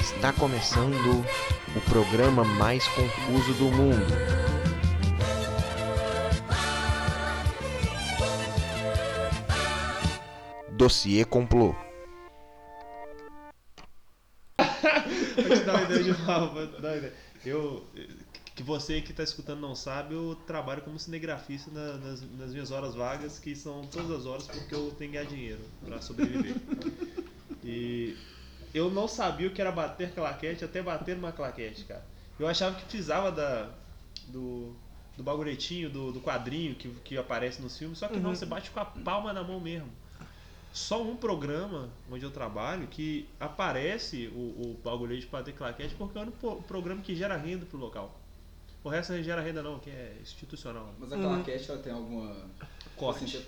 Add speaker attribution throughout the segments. Speaker 1: Está começando o programa mais confuso do mundo. Dossiê Complô.
Speaker 2: Antes da ideia de novo, antes da ideia. Eu, que você que está escutando não sabe, eu trabalho como cinegrafista na- nas, nas minhas horas vagas, que são todas as horas porque eu tenho que ganhar dinheiro para sobreviver. E eu não sabia o que era bater claquete até bater uma claquete, cara. Eu achava que precisava da, do, do bagulhetinho, do, do quadrinho que, que aparece nos filmes, só que não, você bate com a palma na mão mesmo. Só um programa onde eu trabalho que aparece o, o bagulhete para bater claquete porque é o único po- programa que gera renda pro local. O resto não gera renda não, que é institucional.
Speaker 3: Mas a claquete ela tem alguma.
Speaker 2: Corte.
Speaker 3: Assim, mas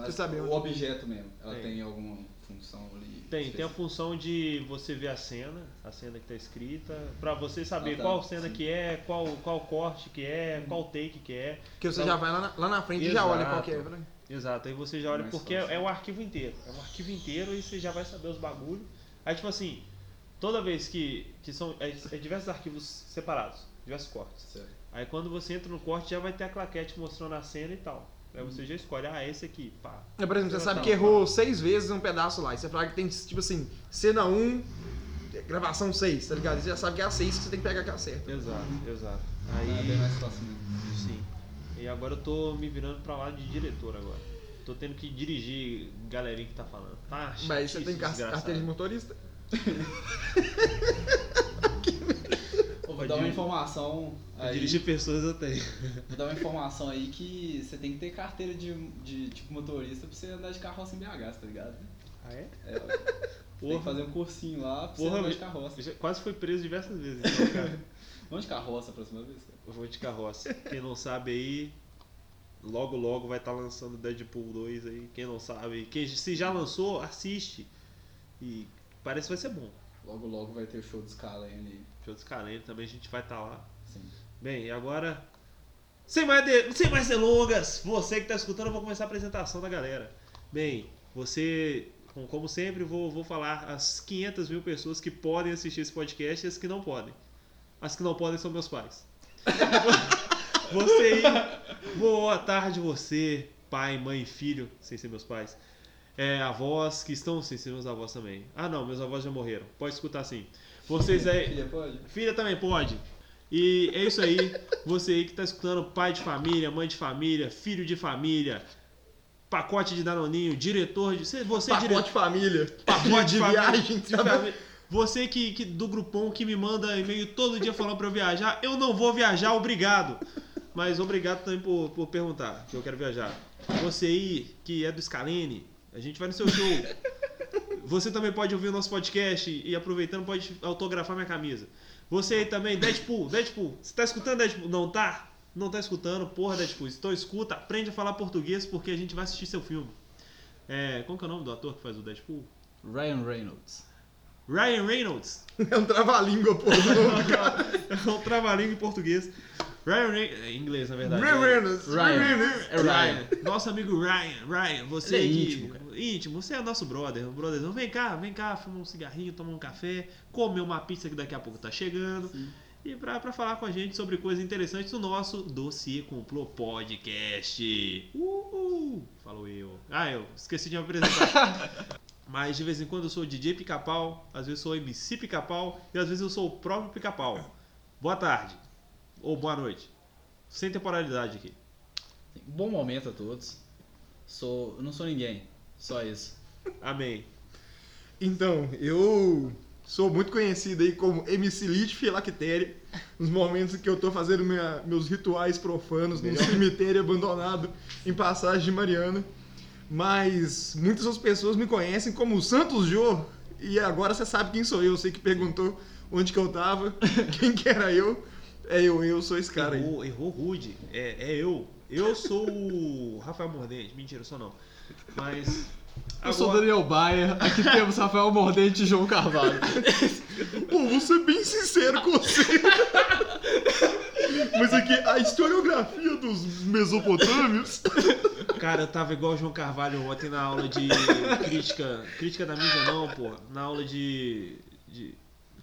Speaker 4: Uhum. Você sabe
Speaker 3: o
Speaker 4: onde-
Speaker 3: objeto mesmo, ela
Speaker 2: Tem.
Speaker 3: tem. alguma função ali.
Speaker 2: Tem, tem um a
Speaker 3: específica?
Speaker 2: função de você ver a cena, a cena que tá escrita, pra você saber
Speaker 3: Ah, tá.
Speaker 2: qual cena
Speaker 3: Sim.
Speaker 2: que é, qual, qual corte que é, qual take que é.
Speaker 4: Que você
Speaker 2: Então-
Speaker 4: já vai lá na, lá na frente e já olha qual que é.
Speaker 2: Exato.
Speaker 4: né?
Speaker 2: Exato, aí você já olha,
Speaker 3: Mais
Speaker 2: porque
Speaker 3: fácil.
Speaker 2: é, é o arquivo inteiro. É um arquivo inteiro e você já vai saber os bagulhos. Aí, tipo assim, toda vez que, que são é, é diversos arquivos separados, diversos cortes.
Speaker 3: Certo.
Speaker 2: Aí quando você entra no corte, já vai ter a claquete mostrando a cena e tal. Aí você já escolhe, ah, esse aqui, pá.
Speaker 4: Hum. É, Por exemplo, você
Speaker 2: Exato.
Speaker 4: sabe que errou seis vezes um pedaço lá. E você fala que tem, tipo assim, cena 1, gravação 6, tá ligado? E você já sabe que é a 6 que você tem que pegar que é a certa.
Speaker 2: Exato, exato.
Speaker 3: É
Speaker 2: Aí,
Speaker 3: bem mais fácil mesmo.
Speaker 2: Sim. E agora eu tô me virando pra lá de diretor agora. Tô tendo que dirigir galerinha que tá falando. Tá,
Speaker 4: Mas você tem car-
Speaker 2: desgraçado.
Speaker 4: carteira de motorista?
Speaker 3: Vou dar uma
Speaker 2: Diri-
Speaker 3: informação. Aí,
Speaker 2: Dirigir pessoas eu tenho.
Speaker 3: Vou dar uma informação aí que você tem que ter carteira de, de tipo motorista pra você andar de carroça em BH, tá ligado?
Speaker 2: Ah, é?
Speaker 3: É, tem que
Speaker 2: Porra,
Speaker 3: fazer um cursinho lá pra
Speaker 2: Porra,
Speaker 3: você andar
Speaker 2: mas-
Speaker 3: de carroça.
Speaker 2: eu já quase fui preso diversas vezes. Então, cara,
Speaker 3: Vamos de carroça a próxima vez, cara.
Speaker 2: eu vou de carroça. Quem não sabe aí, logo logo vai estar lançando Deadpool 2 aí. Quem não sabe, quem se já lançou, assiste. E parece que vai ser bom.
Speaker 3: Logo logo vai ter o show dos Calen ali. assim.
Speaker 2: Show dos Carentes também a gente vai estar lá.
Speaker 3: Sim.
Speaker 2: Bem, e agora, sem mais, de, sem mais delongas, você que tá escutando, eu vou começar a apresentação da galera. Bem, você, com- como sempre, vou, vou falar as 500 mil pessoas que podem assistir esse podcast e as que não podem. As que não podem são meus pais. você aí, boa tarde você, pai, mãe, filho, sem ser meus pais. É, avós que estão sem ser meus avós também. Ah não, meus avós já morreram. Pode escutar sim. Vocês aí,
Speaker 3: Filha, pode?
Speaker 2: Filha também pode. E é isso aí. Você aí que tá escutando, pai de família, mãe de família, filho de família, pacote de danoninho, diretor de. Você, você é
Speaker 4: Pacote
Speaker 2: diretor.
Speaker 4: família.
Speaker 2: Pacote
Speaker 4: de
Speaker 2: família,
Speaker 4: viagem,
Speaker 2: de
Speaker 4: sabe?
Speaker 2: família. Você que, que do grupão que me manda e-mail todo dia falando pra eu viajar, eu não vou viajar, obrigado. Mas obrigado também por, por perguntar, que eu quero viajar. Você aí que é do Scalene, a gente vai no seu show. Você também pode ouvir o nosso podcast e aproveitando pode autografar minha camisa. Você aí também, Deadpool, Deadpool, você tá escutando Deadpool? Não tá? Não tá escutando, porra Deadpool. Então escuta, aprende a falar português porque a gente vai assistir seu filme. É, como que é o nome do ator que faz o Deadpool?
Speaker 3: Ryan Reynolds.
Speaker 2: Ryan Reynolds.
Speaker 4: É um trava-língua, pô.
Speaker 2: É um trava-língua em português. Ryan Reynolds. Em inglês, na verdade.
Speaker 4: Ryan Reynolds.
Speaker 3: Ryan.
Speaker 4: Reynolds.
Speaker 3: É Ryan.
Speaker 2: Nosso amigo Ryan. Ryan, você
Speaker 3: Ele é
Speaker 2: que-
Speaker 3: íntimo,
Speaker 2: íntimo, você é nosso brother. Um brotherzão. Vem cá, vem cá, fuma um cigarrinho, toma um café, comer uma pizza que daqui a pouco tá chegando. E pra, pra falar com a gente sobre coisas interessantes do nosso Dossiê Complô Podcast. Uhul! Falou eu. Ah, eu esqueci de me apresentar. Mas de vez em quando eu sou o DJ Pica-Pau, às vezes sou o MC Pica-Pau e às vezes eu sou o próprio Pica-Pau. Boa tarde. Ou boa noite. Sem temporalidade aqui.
Speaker 3: Bom momento a todos. Sou. eu Não sou ninguém. Só isso.
Speaker 2: Amém.
Speaker 4: Então, eu sou muito conhecido aí como MC Lite Filactéria. Nos momentos em que eu tô fazendo minha- meus rituais profanos num cemitério abandonado em Passagem de Mariana. Mas muitas outras pessoas me conhecem como Santos Jô. E agora você sabe quem sou eu. Você que perguntou onde que eu tava, quem que era eu. É eu, eu sou esse cara aí.
Speaker 2: errou, errou rude. É, é eu. Eu sou o Rafael Mordente. Mentira, eu sou não. Mas.
Speaker 3: Eu sou Daniel Baia, aqui temos Rafael Mordente e João Carvalho.
Speaker 4: Pô, vou ser bem sincero com você. Mas aqui, a historiografia dos Mesopotâmios
Speaker 2: Cara, eu tava igual o João Carvalho ontem na aula de crítica. Crítica da mídia não, pô. Na aula de. de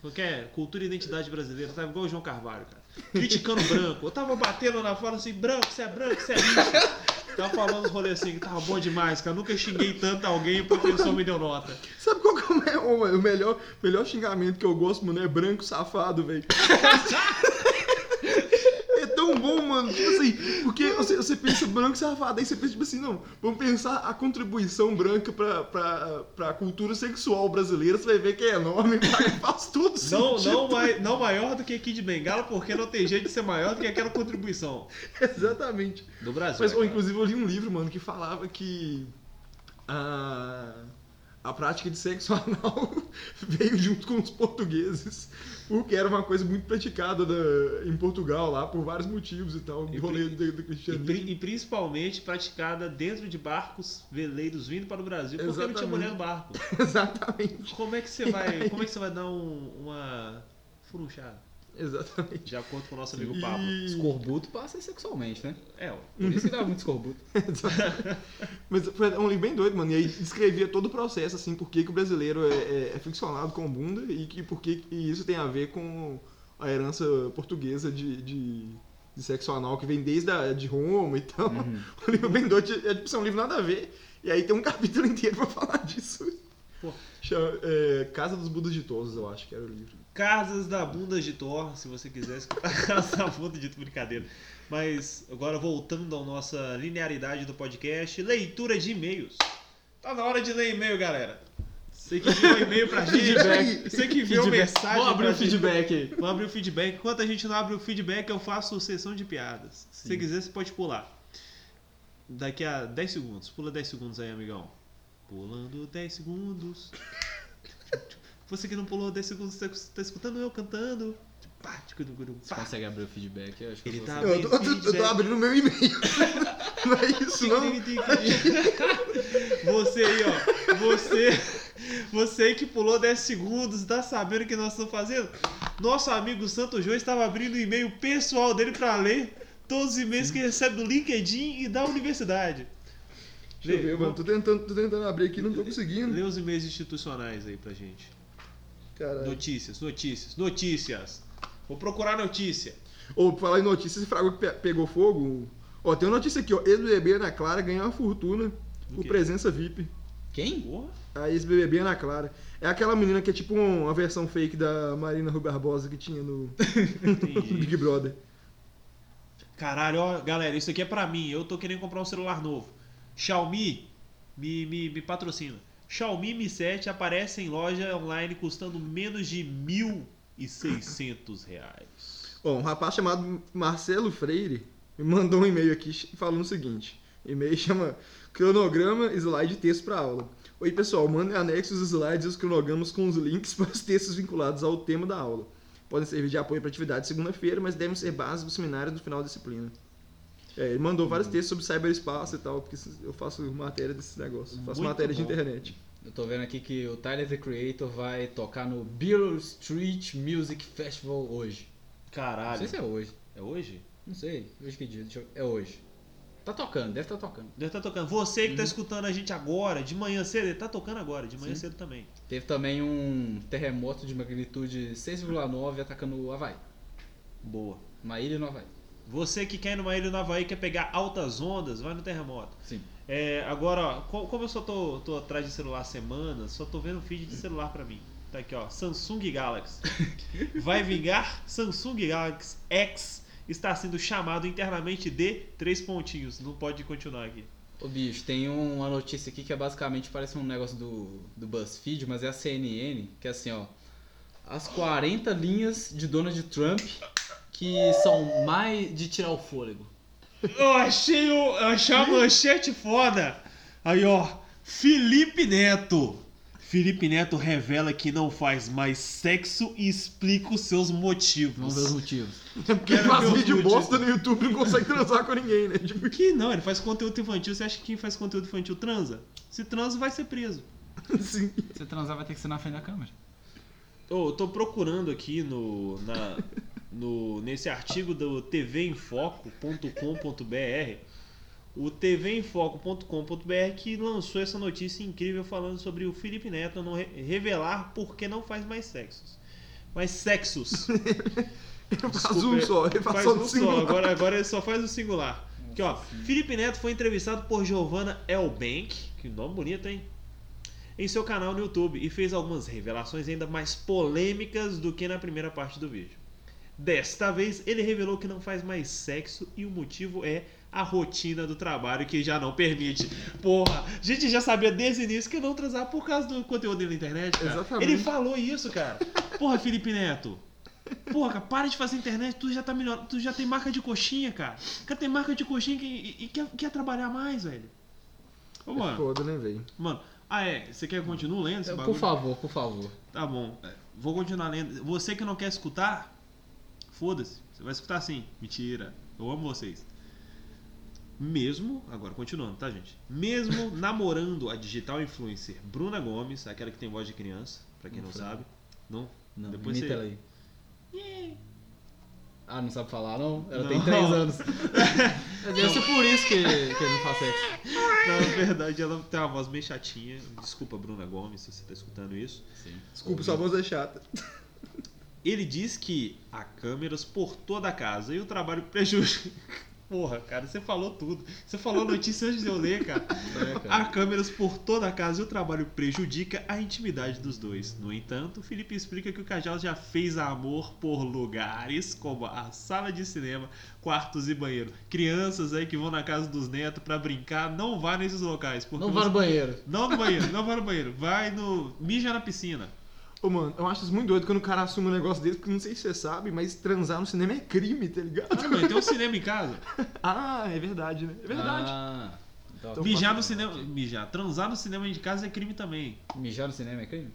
Speaker 2: qualquer é? cultura e identidade brasileira, tava igual o João Carvalho, cara. Criticando o branco. Eu tava batendo na fala assim, branco, você é branco, você é lixo. Tava falando os rolês assim, que tava bom demais, cara. Nunca xinguei tanto alguém e o professor me deu nota.
Speaker 4: Sabe qual que é o, o melhor, melhor xingamento que eu gosto, mano? É branco safado, velho. É tão bom, mano. Tipo assim, porque você, você pensa branco safado, aí você pensa, tipo assim, não, vamos pensar a contribuição branca pra, pra, pra cultura sexual brasileira, você vai ver que é enorme, cara, faz todo
Speaker 2: Não,
Speaker 4: sentido.
Speaker 2: não, mai- não maior do que aqui de Bengala, porque não tem jeito de ser maior do que aquela contribuição
Speaker 4: Exatamente.
Speaker 2: do Brasil.
Speaker 4: Mas,
Speaker 2: é
Speaker 4: ou,
Speaker 2: claro.
Speaker 4: inclusive, eu li um livro, mano, que falava que a, a prática de sexo anal veio junto com os portugueses, porque era uma coisa muito praticada da- em Portugal lá, por vários motivos e tal,
Speaker 2: E
Speaker 4: o rolê
Speaker 2: pri-
Speaker 4: do, do
Speaker 2: E,
Speaker 4: cristianismo.
Speaker 2: pri- e principalmente praticada dentro de barcos veleiros vindo para o Brasil, porque não tinha
Speaker 4: Exatamente.
Speaker 2: mulher no barco.
Speaker 4: Exatamente,
Speaker 2: Como é que você vai, como é que você vai dar um- uma furunchada?
Speaker 4: exatamente.
Speaker 2: De acordo com o nosso amigo Pablo.
Speaker 4: E...
Speaker 3: Escorbuto passa sexualmente, né?
Speaker 2: É, ó.
Speaker 3: Por isso que dá muito escorbuto.
Speaker 4: Mas foi um livro bem doido, mano. E aí descrevia todo o processo, assim, por que, que o brasileiro é, é, é ficcionado com bunda e que por que que isso tem a ver com a herança portuguesa de, de, de sexo anal que vem desde a, de Roma e tal. Um livro bem doido, é tipo assim, um livro nada a ver. E aí tem um capítulo inteiro pra falar disso.
Speaker 2: Pô.
Speaker 4: Chama- é, Casa dos Budas Ditosos, eu acho que era o livro.
Speaker 2: Casas da Bunda de Thor, se você quiser escutar Casas da Bunda de Thor, brincadeira. Mas agora voltando à nossa linearidade do podcast, leitura de e-mails. Tá na hora de ler e-mail, galera. Você que enviou e-mail pra gente,
Speaker 4: Feedback.
Speaker 2: você que enviou
Speaker 4: Feedback.
Speaker 2: mensagem
Speaker 4: Vamos abrir
Speaker 2: pra
Speaker 4: o feedback aí.
Speaker 2: Vamos abrir o feedback. Enquanto a gente não abre o feedback, eu faço sessão de piadas. Se você
Speaker 3: Sim.
Speaker 2: quiser, você pode pular. Daqui a 10 segundos. Pula 10 segundos aí, amigão. Pulando 10 segundos. Você que não pulou 10 segundos, tá, tá escutando eu cantando. Tipo, Pá, tchucuducudu,
Speaker 3: Você
Speaker 2: pá.
Speaker 3: consegue abrir o feedback? Eu acho que
Speaker 2: Ele
Speaker 3: eu vou
Speaker 2: tá-
Speaker 4: Eu tô, eu tô- eu tô abrindo meu e-mail. Não é isso, não.
Speaker 2: Você aí, ó. Você, você aí que pulou 10 segundos, tá sabendo o que nós estamos fazendo? Nosso amigo Santo João estava abrindo o e-mail pessoal dele pra ler todos os e-mails que ele recebe do LinkedIn e da universidade.
Speaker 4: Deixa eu ver, mano. Tô tentando, tô tentando abrir aqui, não tô conseguindo.
Speaker 2: Lê os e-mails institucionais aí pra gente.
Speaker 4: Caralho.
Speaker 2: Notícias, notícias, notícias. Vou procurar notícia.
Speaker 4: Ou pra falar em notícias, esse fragor que pe- pegou fogo. Ó, tem uma notícia aqui, ó. Ex-BBB Ana Clara ganhou uma fortuna por
Speaker 2: quê?
Speaker 4: presença VIP.
Speaker 3: assim. Quem?
Speaker 2: Porra.
Speaker 4: A ex-BBB Ana Clara. É aquela menina que é tipo um- uma versão fake da Marina Rui Barbosa que tinha no
Speaker 2: Entendi.
Speaker 4: Big Brother.
Speaker 2: Caralho, ó, galera, isso aqui é pra mim. Eu tô querendo comprar um celular novo. Xiaomi me, me, me patrocina. Xiaomi Mi 7 aparece em loja online custando menos de R$ 1.600 reais.
Speaker 4: Ó, um rapaz chamado Marcelo Freire me mandou um e-mail aqui ch- falando o seguinte. O E-mail chama cronograma, slide e texto para aula. Oi, pessoal, mandem anexos, os slides e os cronogramas com os links para os textos vinculados ao tema da aula. Podem servir de apoio para atividade segunda-feira, mas devem ser base do seminário do final da disciplina. É, ele mandou vários textos sobre cyberespaço e tal, porque isso- eu faço matéria desse negócio. Faço
Speaker 2: Muito
Speaker 4: matéria de
Speaker 2: bom.
Speaker 4: internet.
Speaker 3: Eu tô vendo aqui que o Tyler The Creator vai tocar no Beale Street Music Festival hoje. Não sei
Speaker 2: Caralho.
Speaker 3: se é hoje.
Speaker 2: É hoje?
Speaker 3: Não sei. Hoje que dia? Deixa eu... É hoje. Tá tocando, deve estar tocando.
Speaker 2: Deve estar tocando. Você que tá
Speaker 3: Uhum.
Speaker 2: escutando a gente agora, de manhã cedo, ele tá tocando agora, de manhã
Speaker 3: Sim.
Speaker 2: cedo também.
Speaker 3: Teve também um terremoto de magnitude 6,9 atacando o Havaí.
Speaker 2: Boa.
Speaker 3: Uma ilha no Havaí.
Speaker 2: Você que quer ir numa ilha no Havaí, quer pegar altas ondas, vai no terremoto.
Speaker 3: Sim.
Speaker 2: É, agora, ó, co- como eu só tô, tô atrás de celular semana, só tô vendo feed de celular pra mim. Tá aqui, ó. Samsung Galaxy. Vai vingar? Samsung Galaxy X está sendo chamado internamente de três pontinhos. Não pode continuar aqui.
Speaker 3: Ô bicho, tem uma notícia aqui que é basicamente parece um negócio do, do BuzzFeed, mas é a CNN, que é assim, ó. As 40 linhas de Donald Trump que são mais de tirar o fôlego.
Speaker 2: Eu achei, o, eu achei a manchete foda. Aí, ó. Felipe Neto. Felipe Neto revela que não faz mais sexo e explica os seus
Speaker 3: Vamos ver os
Speaker 2: motivos.
Speaker 3: motivos.
Speaker 4: É porque
Speaker 2: Quero ver
Speaker 4: faz
Speaker 2: os
Speaker 4: vídeo
Speaker 2: nudes.
Speaker 4: bosta no YouTube e não consegue transar com ninguém, né? Tipo,
Speaker 2: Que não, ele faz conteúdo infantil. Você acha que quem faz conteúdo infantil transa? Se transa, vai ser preso.
Speaker 4: assim.
Speaker 3: Você transar vai ter que ser na frente da câmera.
Speaker 2: Ô, eu tô procurando aqui no, na- no- nesse artigo do tvinfoco.com.br o tvinfoco.com.br que lançou essa notícia incrível falando sobre o Felipe Neto não re- revelar por que não faz mais sexos. Mas sexos.
Speaker 4: Eu faço
Speaker 2: Desculpa,
Speaker 4: um só, eu faço
Speaker 2: faz
Speaker 4: só
Speaker 2: um
Speaker 4: do
Speaker 2: só.
Speaker 4: singular.
Speaker 2: Agora, agora ele só faz o singular. Aqui, ó. Felipe Neto foi entrevistado por Giovanna Elbank, que nome bonito, hein? Em seu canal no YouTube e fez algumas revelações ainda mais polêmicas do que na primeira parte do vídeo. Desta vez, ele revelou que não faz mais sexo e o motivo é a rotina do trabalho que já não permite. Porra, a gente já sabia desde o início que eu não transar por causa do conteúdo dele na internet. Cara.
Speaker 4: Exatamente.
Speaker 2: Ele falou isso, cara. Porra, Felipe Neto. Porra, cara, para de fazer internet, tu já tá melhor, tu já tem marca de coxinha, cara. Cara, tem marca de coxinha que, e, e quer, quer trabalhar mais, velho. Ô,
Speaker 4: É
Speaker 2: mano,
Speaker 4: foda, né, velho?
Speaker 2: mano. Ah, é, você quer que eu continue lendo esse bagulho?
Speaker 3: Por favor, por favor.
Speaker 2: Tá bom, é, vou continuar lendo. Você que não quer escutar, foda-se, você vai escutar sim. Mentira, eu amo vocês. Mesmo, agora continuando, tá, gente? Mesmo namorando a digital influencer Bruna Gomes, aquela que tem voz de criança, pra quem não,
Speaker 3: Não foi.
Speaker 2: sabe. Não?
Speaker 3: Não,
Speaker 2: Depois você-
Speaker 3: imita ela aí. Ah, não sabe falar, não? Ela tem
Speaker 2: Não.
Speaker 3: 3 anos. É Deve ser por isso que, que ele não faz sexo.
Speaker 2: Na é verdade, ela tem uma voz bem chatinha. Desculpa, Bruna Gomes, se você tá escutando isso.
Speaker 3: Sim.
Speaker 4: Desculpa, sua voz é chata.
Speaker 2: Ele diz que há câmeras por toda a casa e o trabalho prejudica. Porra, cara, você falou tudo. Você falou a notícia antes de eu ler, cara.
Speaker 3: É,
Speaker 2: Há
Speaker 3: cara.
Speaker 2: câmeras por toda a casa e o trabalho prejudica a intimidade dos dois. No entanto, Felipe explica que o casal já fez amor por lugares como a sala de cinema, quartos e banheiro. Crianças aí que vão na casa dos netos pra brincar, não vá nesses locais. Porque
Speaker 3: Não vá
Speaker 2: você-
Speaker 3: no banheiro.
Speaker 2: não no banheiro, não vá no banheiro. Vai no. Mija na piscina.
Speaker 4: Ô, mano, eu acho isso muito doido quando o cara assume um negócio desse, porque não sei se você sabe, mas transar no cinema é crime, tá ligado?
Speaker 2: Ah, mãe, tem um cinema em casa.
Speaker 4: Ah, é verdade, né? É verdade.
Speaker 3: Ah, então-
Speaker 4: Então-
Speaker 2: Mijar no cinema. Mijar. Transar no cinema de casa é crime também.
Speaker 3: Mijar no cinema é crime?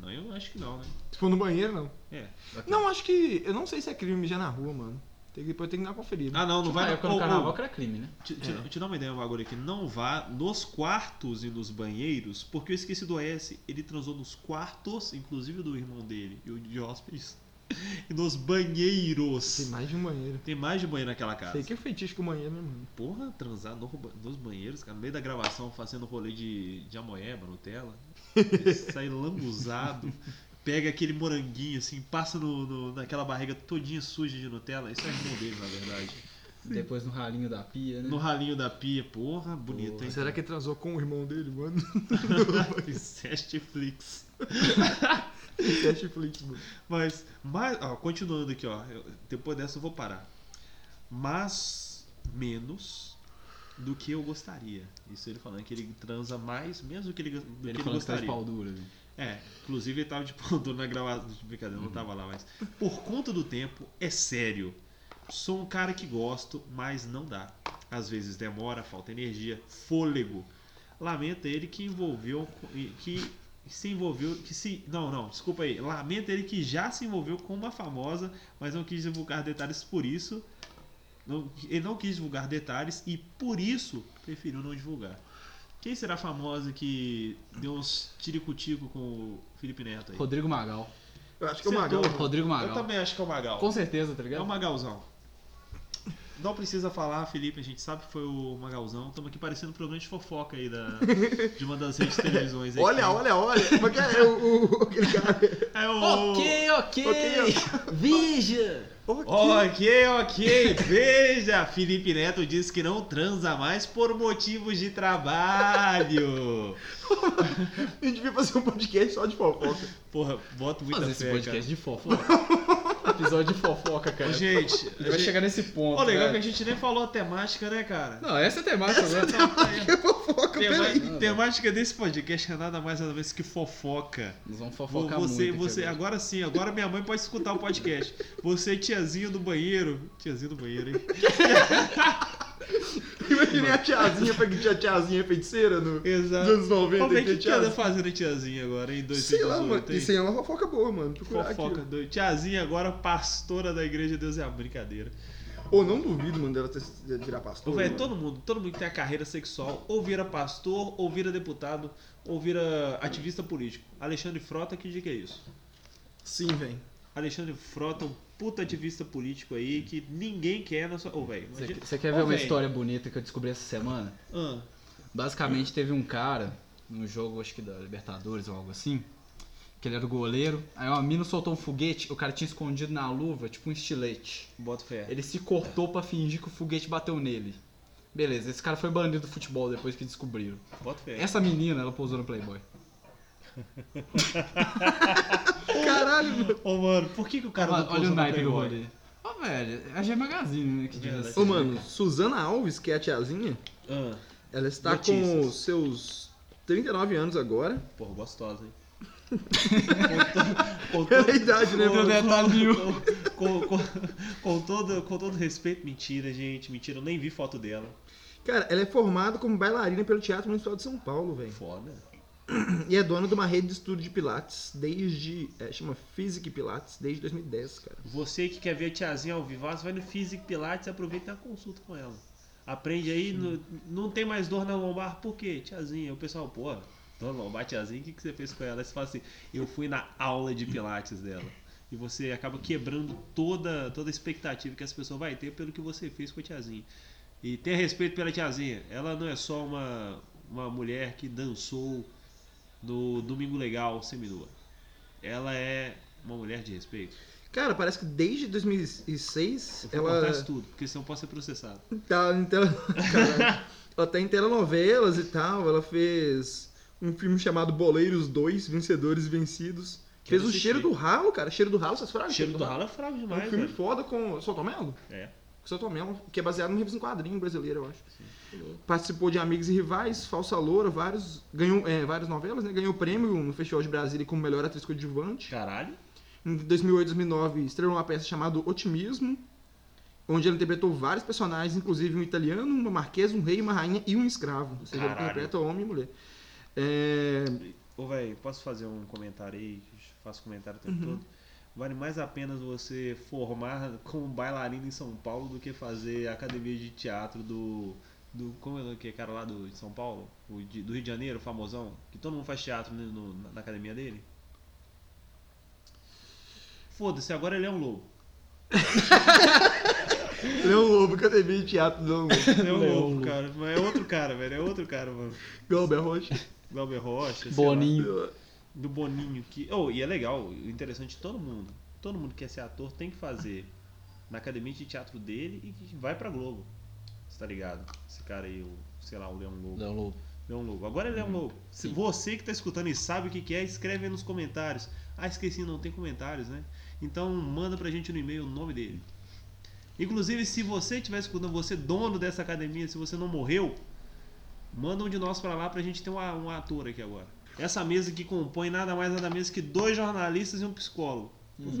Speaker 2: Não, eu acho que não, né?
Speaker 4: Se for no banheiro, não.
Speaker 2: É.
Speaker 4: Não, acho que. Eu não sei se é crime mijar na rua, mano. Tem que, depois tem que dar uma conferida.
Speaker 2: Ah, não, não vai
Speaker 3: Na
Speaker 2: no-
Speaker 3: época no
Speaker 2: Ô, ô,
Speaker 3: carnaval que era crime, né?
Speaker 2: Te, te, te dá uma ideia, um bagulho aqui. Não vá nos quartos e nos banheiros, porque eu esqueci do S. Ele transou nos quartos, inclusive do irmão dele e o de hóspedes, e nos
Speaker 4: Tem
Speaker 2: banheiros.
Speaker 4: mais de um banheiro.
Speaker 2: Tem mais de banheiro naquela casa.
Speaker 4: Sei que é feitiço com banheiro, né, mano?
Speaker 2: Porra, transar no ba- nos banheiros, cara, no meio da gravação, fazendo rolê de, de amoeba, Nutella. Sai lambuzado, pega aquele moranguinho assim, passa no, no- naquela barriga todinha suja de Nutella. Isso é irmão dele, na verdade.
Speaker 3: Depois no ralinho da pia, né?
Speaker 2: No ralinho da pia, porra, bonito, hein?
Speaker 4: Será que ele transou com o irmão dele, mano?
Speaker 2: Incest Flix.
Speaker 4: Netflix, mano.
Speaker 2: Mas, mas ó, continuando aqui, ó. eu- depois dessa eu vou parar. Mas menos do que eu gostaria. Isso ele falando que ele transa mais, menos do que ele, go- do que ele
Speaker 3: Ele falando que tá faz
Speaker 2: gostaria.
Speaker 3: pau duro. viu?
Speaker 2: É, inclusive ele tava de pau duro na gravação. Brincadeira, não tava lá, mas. Por conta do tempo, é sério. Sou um cara que gosto, mas não dá. Às vezes demora, falta energia, fôlego. Lamenta ele que envolveu. que se envolveu. que se. Não, não, desculpa aí. Lamenta ele que já se envolveu com uma famosa, mas não quis divulgar detalhes por isso. não- ele não quis divulgar detalhes e por isso preferiu não divulgar. Quem será a famosa que deu uns tiricutico com o Felipe Neto aí?
Speaker 3: Rodrigo Magal.
Speaker 4: Eu acho que é o
Speaker 2: Acertou.
Speaker 4: Magal.
Speaker 3: Rodrigo
Speaker 2: Eu
Speaker 3: Magal.
Speaker 2: também acho que é o Magal.
Speaker 3: Com certeza, tá
Speaker 2: É
Speaker 3: ligado?
Speaker 2: o Magalzão. Não precisa falar, Felipe, a gente sabe que foi o Magalzão. Estamos aqui parecendo um programa de fofoca aí da, de uma das redes de televisões. Aí,
Speaker 4: Olha, olha, olha. Como é que é o, o- aquele cara?
Speaker 2: É o...
Speaker 3: Ok, ok.
Speaker 4: Ok,
Speaker 3: Vija.
Speaker 2: Ok, ok. Veja, Felipe Neto diz que não transa mais por motivos de trabalho.
Speaker 4: A gente devia fazer um podcast só de fofoca.
Speaker 2: Porra, boto muita
Speaker 3: Fazer esse
Speaker 2: fé, cara.
Speaker 3: podcast de fofoca. Episódio de fofoca, cara.
Speaker 2: Ô, gente, a
Speaker 3: Ele vai
Speaker 2: gente-
Speaker 3: chegar nesse ponto.
Speaker 2: Ó, legal que a
Speaker 3: velho.
Speaker 2: gente nem falou a temática, né, cara?
Speaker 3: Não, essa é temática agora.
Speaker 4: Fofoca,
Speaker 2: Tema-
Speaker 4: peraí.
Speaker 2: temática desse podcast é nada mais nada menos que fofoca.
Speaker 3: Nós vamos
Speaker 2: Vo-
Speaker 3: fofocar
Speaker 2: você,
Speaker 3: muito.
Speaker 2: você,
Speaker 3: aqui
Speaker 2: agora sim, agora minha mãe pode escutar o podcast. Você, tiazinho do banheiro. Tiazinho do banheiro, hein?
Speaker 4: Imaginei a tiazinha, porque tinha a tiazinha feiticeira no, dos
Speaker 2: Exato.
Speaker 4: anos 90.
Speaker 2: Como é
Speaker 4: que
Speaker 2: que
Speaker 4: tinha
Speaker 2: tiazinha
Speaker 4: tiazinha.
Speaker 2: fazendo a tiazinha agora, em
Speaker 4: Sei lá, mano.
Speaker 2: 2018?
Speaker 4: Isso
Speaker 2: hein?
Speaker 4: aí é uma fofoca boa, mano. Procurar
Speaker 2: Fofoca
Speaker 4: aqui.
Speaker 2: doida. Tiazinha agora, pastora da igreja Deus é a brincadeira.
Speaker 4: Ou não duvido, mano, dela ter, de virar pastor.
Speaker 2: Ô, velho,
Speaker 4: mano.
Speaker 2: todo mundo, todo mundo que tem a carreira sexual, ou vira pastor, ou vira deputado, ou vira ativista político. Alexandre Frota, que diga é isso?
Speaker 4: Sim, velho.
Speaker 2: Alexandre Frota, um puta ativista político aí que ninguém quer na sua. Ô, velho.
Speaker 3: Você,
Speaker 2: imagina-
Speaker 3: você quer
Speaker 2: Ô,
Speaker 3: ver uma
Speaker 2: velho.
Speaker 3: história bonita que eu descobri essa semana?
Speaker 2: Ah,
Speaker 3: Basicamente teve um cara, num jogo acho que da Libertadores ou algo assim, que ele era o goleiro. Aí uma mina soltou um foguete, o cara tinha escondido na luva, tipo um estilete.
Speaker 5: Bota fé.
Speaker 3: Ele se cortou pra fingir que o foguete bateu nele. Beleza, esse cara foi banido do futebol depois que descobriram.
Speaker 2: Bota fé.
Speaker 3: Essa menina, ela pousou no Playboy.
Speaker 4: Caralho, mano.
Speaker 2: Ô, mano, por que, que o cara
Speaker 3: Olha-
Speaker 2: não
Speaker 3: Olha
Speaker 2: pousou
Speaker 3: o
Speaker 2: no
Speaker 3: naipe do
Speaker 2: Playboy?
Speaker 3: rolê. Ó, velho, é a G Magazine, né? Que diz
Speaker 2: Verdade.
Speaker 3: assim.
Speaker 4: Ô, mano, Suzana Alves, que é a tiazinha,
Speaker 2: Ah,
Speaker 4: ela está com
Speaker 2: Notícias.
Speaker 4: os seus 39 anos agora.
Speaker 2: porra, gostosa, hein? É
Speaker 4: Pela idade, né?
Speaker 3: Não tem detalhe nenhum.
Speaker 2: Com, com, com todo, com todo respeito, mentira, gente. Mentira, eu nem vi foto dela.
Speaker 4: Cara, ela é formada como bailarina pelo Teatro Municipal de São Paulo, velho.
Speaker 2: Foda.
Speaker 4: E é dona de uma rede de estudo de pilates desde... É, chama Physic Pilates desde 2010, cara.
Speaker 2: Você que quer ver a tiazinha ao vivo, vai no Physic Pilates e aproveita e dá consulta com ela. Aprende aí, no- não tem mais dor na lombar, por quê? Tiazinha, o pessoal, pô, dor na lombar, tiazinha, o que, que você fez com ela? Aí você fala assim, eu fui na aula de Pilates dela. E você acaba quebrando toda, toda a expectativa que as pessoas vai ter pelo que você fez com a tiazinha. E tenha respeito pela tiazinha, ela não é só uma, uma mulher que dançou no Domingo Legal seminua. Ela é uma mulher de respeito.
Speaker 4: Cara, parece que desde 2006
Speaker 2: Eu vou
Speaker 4: ela
Speaker 2: contar isso tudo, porque senão eu posso ser processado.
Speaker 4: tá em tele... Caralho. ela tá em telenovelas e tal. Ela fez um filme chamado Boleiros 2, Vencedores e Vencidos.
Speaker 2: Quero
Speaker 4: fez o
Speaker 2: assistir.
Speaker 4: Cheiro do Ralo, cara. Cheiro do Ralo, vocês falaram?
Speaker 2: Cheiro do ralo é fraco
Speaker 4: É um
Speaker 2: demais,
Speaker 4: filme
Speaker 2: velho.
Speaker 4: foda com o Solto Melo.
Speaker 2: É.
Speaker 4: Com o Solto Melo, que é baseado numa revista em quadrinho brasileira, eu acho. Participou de Amigos e Rivais, Falsa Loura, vários, ganhou, é, várias novelas, né? Ganhou prêmio no Festival de Brasília como melhor atriz coadjuvante.
Speaker 2: Caralho.
Speaker 4: Em 2008, 2009, estreou uma peça chamada Otimismo, onde ela interpretou vários personagens, inclusive um italiano, uma marquesa, um rei, uma rainha e um escravo. Ou seja, ela
Speaker 2: Caralho.
Speaker 4: interpreta homem e mulher. É,
Speaker 2: Ô, velho, posso fazer um comentário aí? Faço comentário o tempo todo. Vale mais a pena você formar como bailarina em São Paulo do que fazer a academia de teatro do. do como é que é cara lá do, de São Paulo? O de- do Rio de Janeiro, famosão? Que todo mundo faz teatro né, no- na, na academia dele? Foda-se, agora ele é um lobo.
Speaker 4: Leão Lobo, Academia de Teatro do Leão Lobo.
Speaker 2: Ele é um
Speaker 3: Ele é um
Speaker 2: lobo,
Speaker 3: lobo.
Speaker 2: cara. Mas é outro cara, velho. É outro cara, mano.
Speaker 4: Glauber Rocha.
Speaker 2: Glauber Rocha. sei lá.
Speaker 3: Boninho.
Speaker 2: do Boninho que. Oh, e é legal, o interessante é todo mundo. Todo mundo que quer ser ator tem que fazer na academia de teatro dele e que vai pra Globo. Você tá ligado? Esse cara aí, o, sei lá, o Leão Lobo.
Speaker 3: Não, louco.
Speaker 2: Leão Lobo. Agora ele é um lobo. Se
Speaker 3: Sim.
Speaker 2: você que tá escutando e sabe o que, que é, escreve aí nos comentários. Ah, esqueci, não tem comentários, né? Então manda pra gente no e-mail o nome dele. Inclusive, se você estiver escutando, você é dono dessa academia, se você não morreu, manda um de nós pra lá pra gente ter um, a- um ator aqui agora. Essa mesa que compõe nada mais nada menos que dois jornalistas e um psicólogo.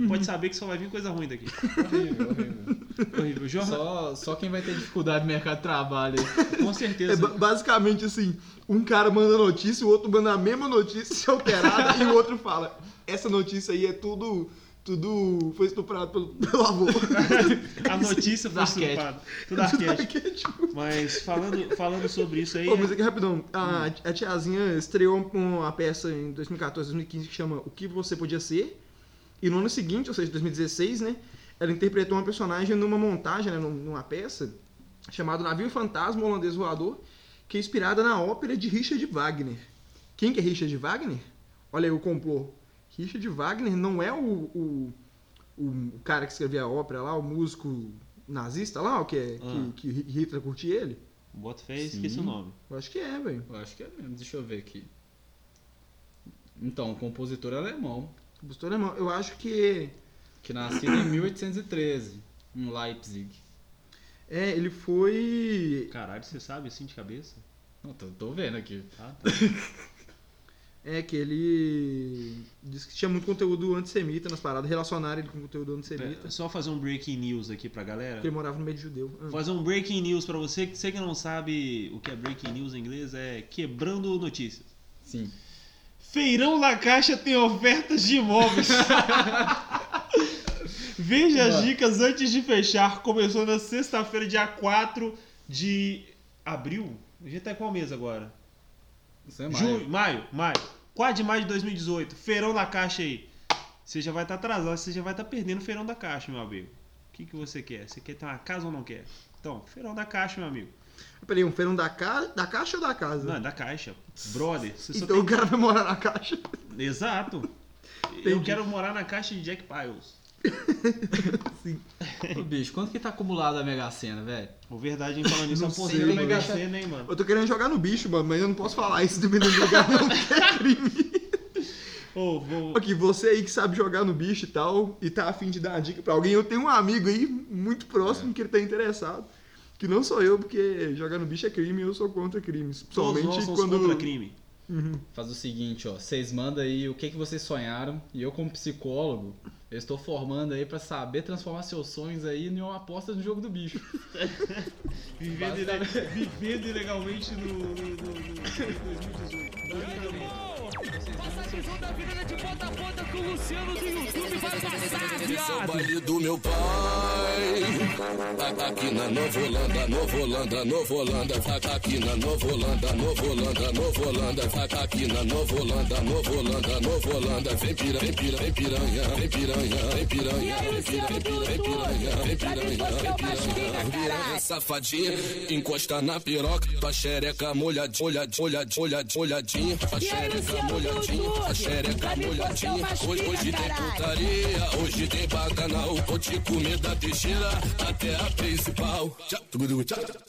Speaker 2: Pode saber que só vai vir coisa ruim daqui.
Speaker 3: Horrível, horrível.
Speaker 2: Horrível. Jornal...
Speaker 3: Só, só quem vai ter dificuldade no mercado de trabalho. aí.
Speaker 2: Com
Speaker 4: É
Speaker 2: certeza.
Speaker 4: ba- basicamente assim, um cara manda notícia, o outro manda a mesma notícia alterada e o outro fala, essa notícia aí é tudo... Tudo foi estuprado pelo, pelo avô.
Speaker 2: A notícia foi
Speaker 3: Arquétipo.
Speaker 2: surpada. Tudo arquétipo.
Speaker 4: Tipo,
Speaker 2: Mas falando, falando sobre isso aí. né? Hum.
Speaker 4: Ô, mas é- aqui rapidão, a, a tiazinha estreou uma peça em 2014, 2015 que chama O Que Você Podia Ser. E no ano seguinte, ou seja, 2016, né? Ela interpretou uma personagem numa montagem, né, num- numa peça, chamada Navio Fantasma Holandês Voador, que é inspirada na ópera de Richard Wagner. Quem que é Richard Wagner? Olha aí o complô. Richard Wagner não é o, o, o cara que escrevia a ópera lá, o músico nazista lá, o que, é,
Speaker 2: Ah.
Speaker 4: que, que Hitler curtia ele?
Speaker 2: Bota fé, esqueci o nome.
Speaker 4: Eu acho que é, velho.
Speaker 3: Eu acho que é mesmo, deixa eu ver aqui. Então, o compositor alemão,
Speaker 4: Compositor alemão. Eu acho que
Speaker 3: que nascido em 1813, em Leipzig.
Speaker 4: é, ele foi.
Speaker 2: Caralho, você sabe assim de cabeça?
Speaker 3: Não, tô, tô vendo aqui.
Speaker 2: Ah, tá.
Speaker 4: É, que ele. Disse que tinha muito conteúdo antissemita nas paradas, relacionaram ele com conteúdo antissemita.
Speaker 2: Pera, Só fazer um breaking news aqui pra galera.
Speaker 4: Porque ele morava no meio de judeu. Ah.
Speaker 2: Fazer um breaking news pra você. que Você que não sabe o que é breaking news em inglês, é quebrando notícias.
Speaker 3: Sim.
Speaker 2: Feirão La Caixa tem ofertas de imóveis. Veja as
Speaker 3: Mano.
Speaker 2: dicas antes de fechar. Começou na sexta-feira, dia 4 de abril. A gente tá em qual mês agora?
Speaker 3: Isso é mais.
Speaker 2: Junho, maio, maio. 4 de maio de 2018. Feirão da Caixa aí. Você já vai estar atrasado, você já vai estar perdendo o Feirão da Caixa, meu amigo. O que, que você quer? Você quer ter uma casa ou não quer? Então, Feirão da Caixa, meu amigo.
Speaker 4: Peraí, um feirão da, ca... da caixa ou da casa?
Speaker 2: Não, é da Caixa. Brother, você só
Speaker 4: então o cara vai morar na caixa.
Speaker 2: tem... Exato. Eu
Speaker 4: Entendi.
Speaker 2: quero morar na caixa de Jack Piles.
Speaker 3: Ô, bicho, quanto que tá acumulado a Mega Sena, velho?
Speaker 2: Ô, verdade, hein? Falando nisso,
Speaker 4: Não sei,
Speaker 2: aposentei
Speaker 4: eu
Speaker 2: no
Speaker 4: não
Speaker 2: VC, hein, mano?
Speaker 4: Eu tô querendo jogar no bicho, mano, mas eu não posso falar isso dependendo do lugar, não, porque é crime.
Speaker 2: Ô, vou...
Speaker 4: Aqui, você aí que sabe jogar no bicho e tal, e tá afim de dar uma dica pra alguém, eu tenho um amigo aí muito próximo
Speaker 2: É.
Speaker 4: que ele tá interessado. Que não sou eu, porque jogar no bicho é crime e eu sou contra crimes.
Speaker 2: Todos nós
Speaker 4: Principalmente
Speaker 2: somos
Speaker 4: quando.
Speaker 2: contra crime.
Speaker 3: Faz o seguinte, ó. Vocês mandam aí o que, que vocês sonharam. E eu, como psicólogo, eu estou formando aí pra saber transformar seus sonhos aí em uma aposta no jogo do bicho.
Speaker 2: Vivendo, ile... Vivendo ilegalmente no, no, no, no- em 2018.
Speaker 5: Passa de junto da virada de ponta a ponta com o Luciano do YouTube vai passar,
Speaker 6: É o
Speaker 5: viado.
Speaker 6: baile do meu pai. Aqui na Nova Holanda, Nova Holanda, Nova Holanda. Tá Aqui na Nova Holanda, Nova Holanda, Nova Holanda. Tá Aqui na Nova Holanda, Nova Holanda, Nova Holanda. Vem piranha, vem piranha, vem piranha, vem piranha, vem
Speaker 5: E
Speaker 6: piranha.
Speaker 5: aí, Luciano do YouTube, pra mim você é o macho pica,
Speaker 6: Piranha
Speaker 5: caralho.
Speaker 6: safadinha, encosta na piroca, tua xereca molhadinha, molhadinha, molhadinha, molhadinha, tua
Speaker 5: E aí,
Speaker 6: xereca
Speaker 5: Luciano
Speaker 6: molhadinha, tua
Speaker 5: Dudu?
Speaker 6: xereca
Speaker 5: Pra mim, você é o
Speaker 6: molhadinha,
Speaker 5: mais
Speaker 6: hoje,
Speaker 5: pica,
Speaker 6: hoje tem
Speaker 5: caralho.
Speaker 6: putaria, hoje tem bacanal, vou te comer da teixeira até a principal. Tchau, tugudu, tchau.